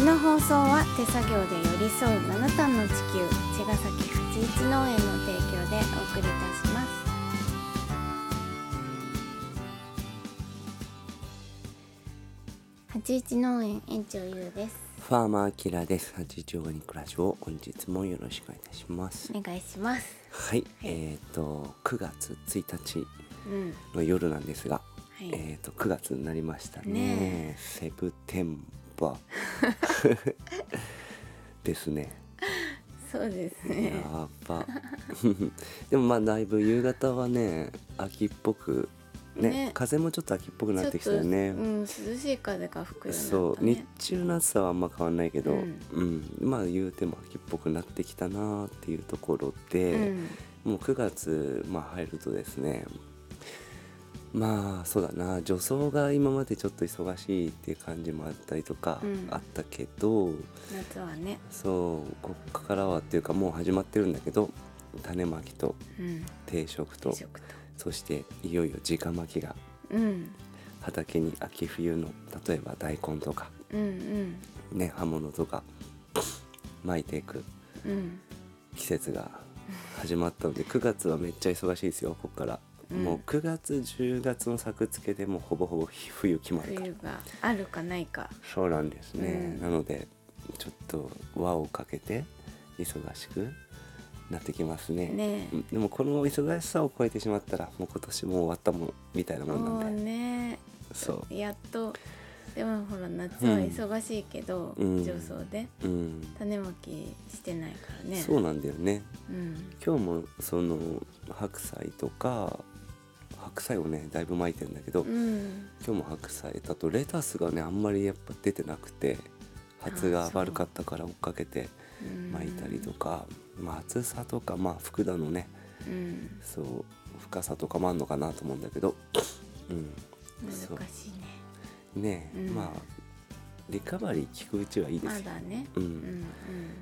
の放送は手作業で寄り添う七段の地球茅ヶ崎八一農園の提供でお送りいたします八一農園園長ゆうですファーマーキラーです。81オーガニックラジオ、本日もよろしくお願いいたします。お願いしますはい、えっ、と、9月1日うんの夜なんですが、はい、えっ、と、9月になりましたね。ねセプテンバー ですね。そうですやねば。 でもまあ、だいぶ夕方はね、秋っぽく、ね、ね風もちょっと秋っぽくなってきたよちょねっと。うん、涼しい風が吹くようになそっうた日ね中の暑さはあんま変わんないけど、ううんんまあ言うても秋っぽくなってきたなーっていうところうで、ん、もう9月、まあ、入るとですねまあそうだな除草が今までちょっと忙しいっていう感じもあったりとかうんあったけど、夏はね、そうこっからはっていうかもう始まってるんだけど種まきとうん、定食と食とそしていよいよ直まきがうん畑に秋冬の例えば大根とかうんうんね刃物とか巻いていくうん季節が始まったので9月はめっちゃ忙しいですよここから、うんもう9月10月の作付けでもうほぼほぼ冬決まるから冬があるかないかそうなんですね、うんなのでちょっと輪をかけて忙しくなってきますねねうんでもこの忙しさを超えてしまったらもう今年もう終わったもんみたいなもんもなうんでねそやっとでもほら夏は忙しいけど、うん上層でううん、種まきしてないからねそうなんだよねうん今日もその白菜とか白菜をねだいぶ巻いてんだけど、うん今日も白菜だとレタスがねあんまりやっぱ出てなくて発あがそう悪かったから追っかけてうん巻いたりとか、まあ、厚さとかまあ福田のねうんそう深さとかもあんのかなと思うんだけど、うん、難しそういねねえ、うんまあリカバリー効くうちはいいでますよ。だねうんうんうん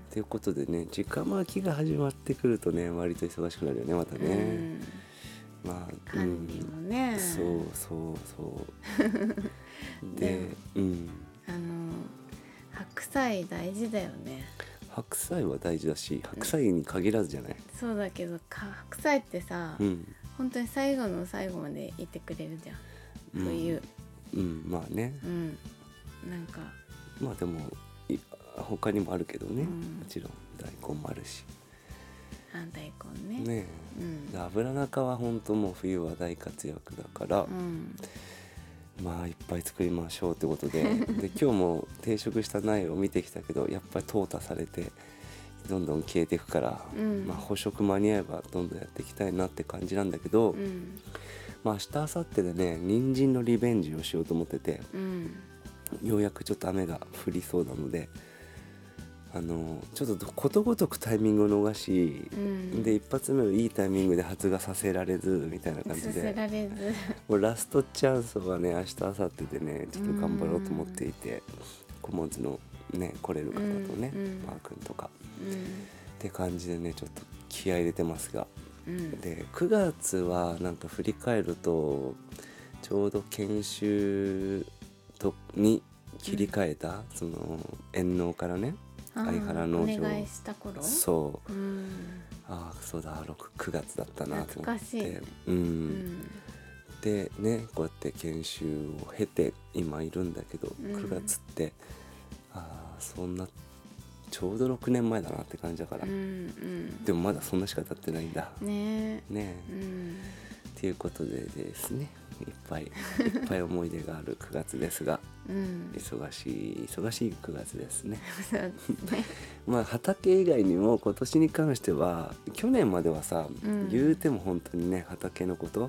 ということでね時間巻きが始まってくるとね割と忙しくなるよねまたね。まあ、うん管理もね、そうそうそう でねうんあの白菜大事だよね白菜は大事だし白菜に限らずじゃない、そうだけどか白菜ってさ、うん本当に最後の最後までいてくれるじゃんうん冬うん、まあねうん、なんかまあでもい他にもあるけどね、うんもちろん大根もあるしあ大根ねねうえんで油中は本当もう冬は大活躍だから、うんまあいっぱい作りましょうっ てことでで今日も定食した苗を見てきたけどやっぱり淘汰されてどんどん消えていくから、うんまあ、捕食間に合えばどんどんやっていきたいなって感じなんだけど、うんまあ明日明後日でね人参のリベンジをしようと思っててうんようやくちょっと雨が降りそうなのであのちょっとことごとくタイミングを逃しう、んで一発目をいいタイミングで発芽させられずみたいな感すじせでられずもうラストチャンスはね明日明後日でねちょっと頑張ろうと思っていてコモンズのね来れる方とうね、んうんマー君とかうんって感じでねちょっと気合い入れてますが。うんで9月はなんか振り返るとちょうど研修とに切り替えた、その遠納からねあー相原農場お願いした頃そううんああそうだ6 9月だったなと思懐かっしいてね、う、うんんでねこうやって研修を経て今いるんだけど、ん9月ってああそんなちょうど6年前だなって感じだから、うんうんでもまだそんなしか経ってないんだねねええうんということでですねいっぱいいっぱい思い出がある9月ですがうん忙しい忙しい9月ですねそうですねまあ畑以外にも今年に関しては去年まではさ、うん言うても本当にね畑のこと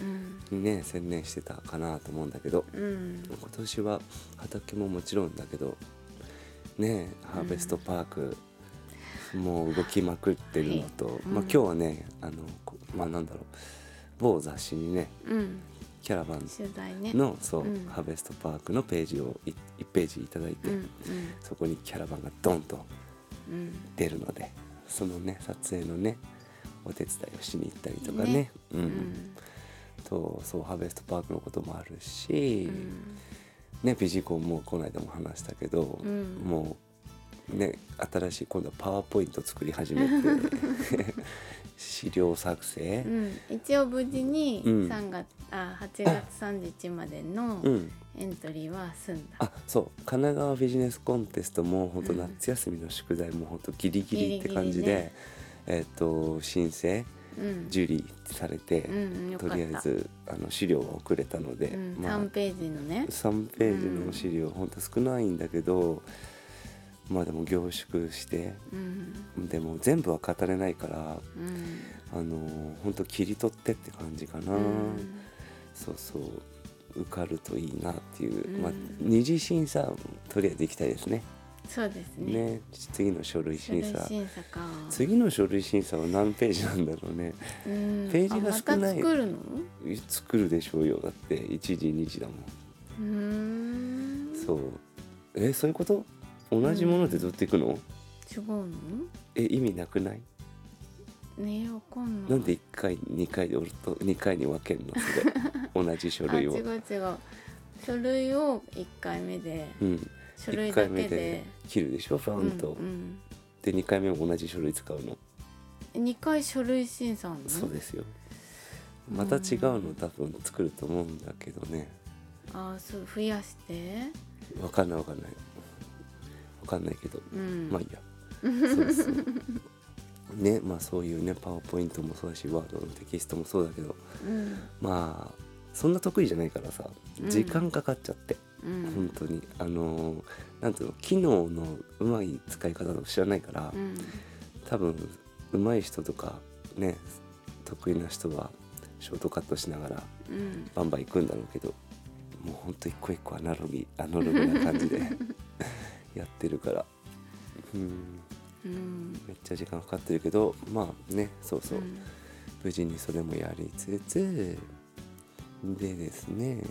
うんにね専念してたかなと思うんだけどうん今年は畑ももちろんだけどねハーベストパーク、もう動きまくってるのと、うんまあ、今日はねあのこまあなんだろう某雑誌にねうんキャラバン取材ねのそう、うんハーベストパークのページをい1ページいただいて、うんそこにキャラバンがドンとうんうん出るのでそのね撮影のねお手伝いをしに行ったりとかねねうんうんとそうハーベストパークのこともあるし、うんねビジコンもこの間も話したけど、うんもうね新しい今度はパワーポイント作り始めて 資料作成う、ん、一応無事にうん3月、あ8月31日までのうん、エントリーは済んだ、あそう神奈川ビジネスコンテストも本当うん夏休みの宿題も本当ギリギリって感じで、ギリギリねえっ、と申請うん受理されて、うん、よかとったりあえずあの資料は送れたので、うんまあ3ページのね3ページの資料、ほんと少ないんだけどまあでも凝縮してうんでも全部は語れないからうんあのーほんと切り取ってって感じかな、うんそうそう受かるといいなっていう、うんまあ二次審査とりあえず行きたいですねそうですねね次の書類書審類査審査か次の書類審査は何ページなんだろうねうんページが少ないあまた作るの作るでしょうよだって1時2時だもんうーんそうえそういうこと同じもので取っていくの、違うのえ意味なくないねえわかんないなんで1回2回で俺と2回に分けるのそれ 同じ書あ違類うを違う書類を1回目でうん書類だ1回け目でで切るでしょファンと、うんで2回目も同じ書類使うの、うん、2回書類審査あんのそうですよまた違うの多分作ると思うんだけどねああそう増やして分かんない分かんない分かんないけど、うん、まあいいやそうそうねまあそういうねパワーポイントもそうだしワードのテキストもそうだけどうんまあそんな得意じゃないからさうん時間かかっちゃって、うん本当にあのーなんていうの機能のうまい使い方とか知らないから、うん多分うまい人とかね得意な人はショートカットしながらうんバンバン行くんだろうけどもうほんと一個一個アナログアナログな感じでやってるからうんうんめっちゃ時間かかってるけどまあねそうそう、ん無事にそれもやりつつでですね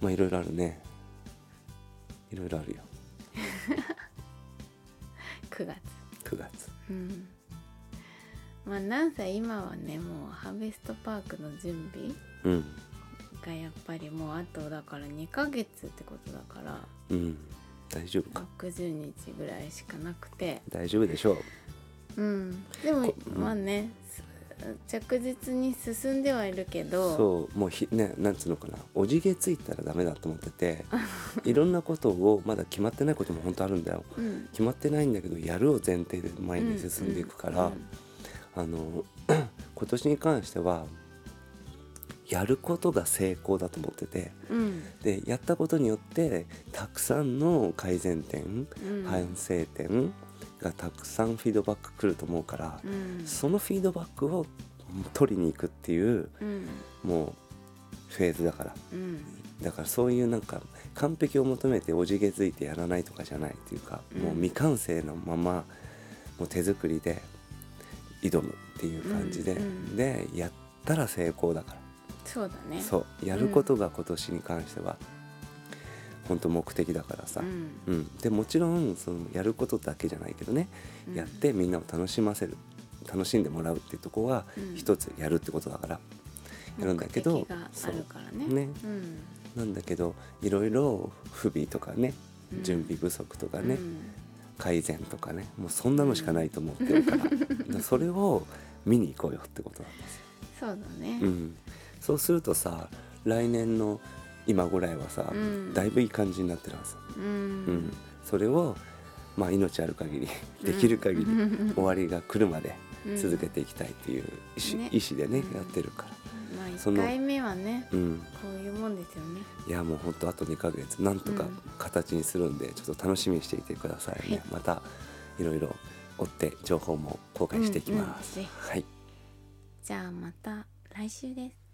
まあいろいろあるねいろいろあるよ9月9月うんまあなんせ今はねもうハーベストパークの準備うんがやっぱりもうあとだから2ヶ月ってことだからうん大丈夫か60日ぐらいしかなくて大丈夫でしょううんでもこまあねす着実に進んではいるけどそうもうひねなんつうのかなおじげついたらダメだと思っ てていろんなことをまだ決まってないことも本当あるんだようん決まってないんだけどやるを前提で前に進んでいくから、あの 今年に関してはやることが成功だと思っててうんでやったことによってたくさんの改善点、うん反省点がたくさんフィードバックくると思うからう、んそのフィードバックを取りに行くっていううんもうフェーズだからうんだからそういうなんか完璧を求めておじげづいてやらないとかじゃないっていうか、うんもう未完成のままもう手作りで挑むっていう感じで、うんうんでやったら成功だから。そうだねそうやることが今年に関しては、本当目的だからさ、うんんでもちろんそのやることだけじゃないけどね、うんやってみんなを楽しませる楽しんでもらうっていうとこはうん一つやるってことだから、やるんだけど目的があるからねそうねうんなんだけどいろいろ不備とかねうん準備不足とかね、うん改善とかねもうそんなのしかないと思ってるからだからそれを見に行こうよってことなんですよ。そうだねうん、そうするとさ来年の今ぐらいはさ、うんだいぶいい感じになってるはず、ううんんそれを、まあ、命ある限りでき る限り、うん終わりが来るまでうん続けていきたいっていう意思,、ね意思でね、うんやってるから、まあそ1の回目はねうん、こういうもんですよねいやもうほんとあと2ヶ月なんとかうん形にするんで、ちょっと楽しみにしていてくださいね、はいまたいろいろ追って情報も公開していきます、うんうんぜはいじゃあまた来週です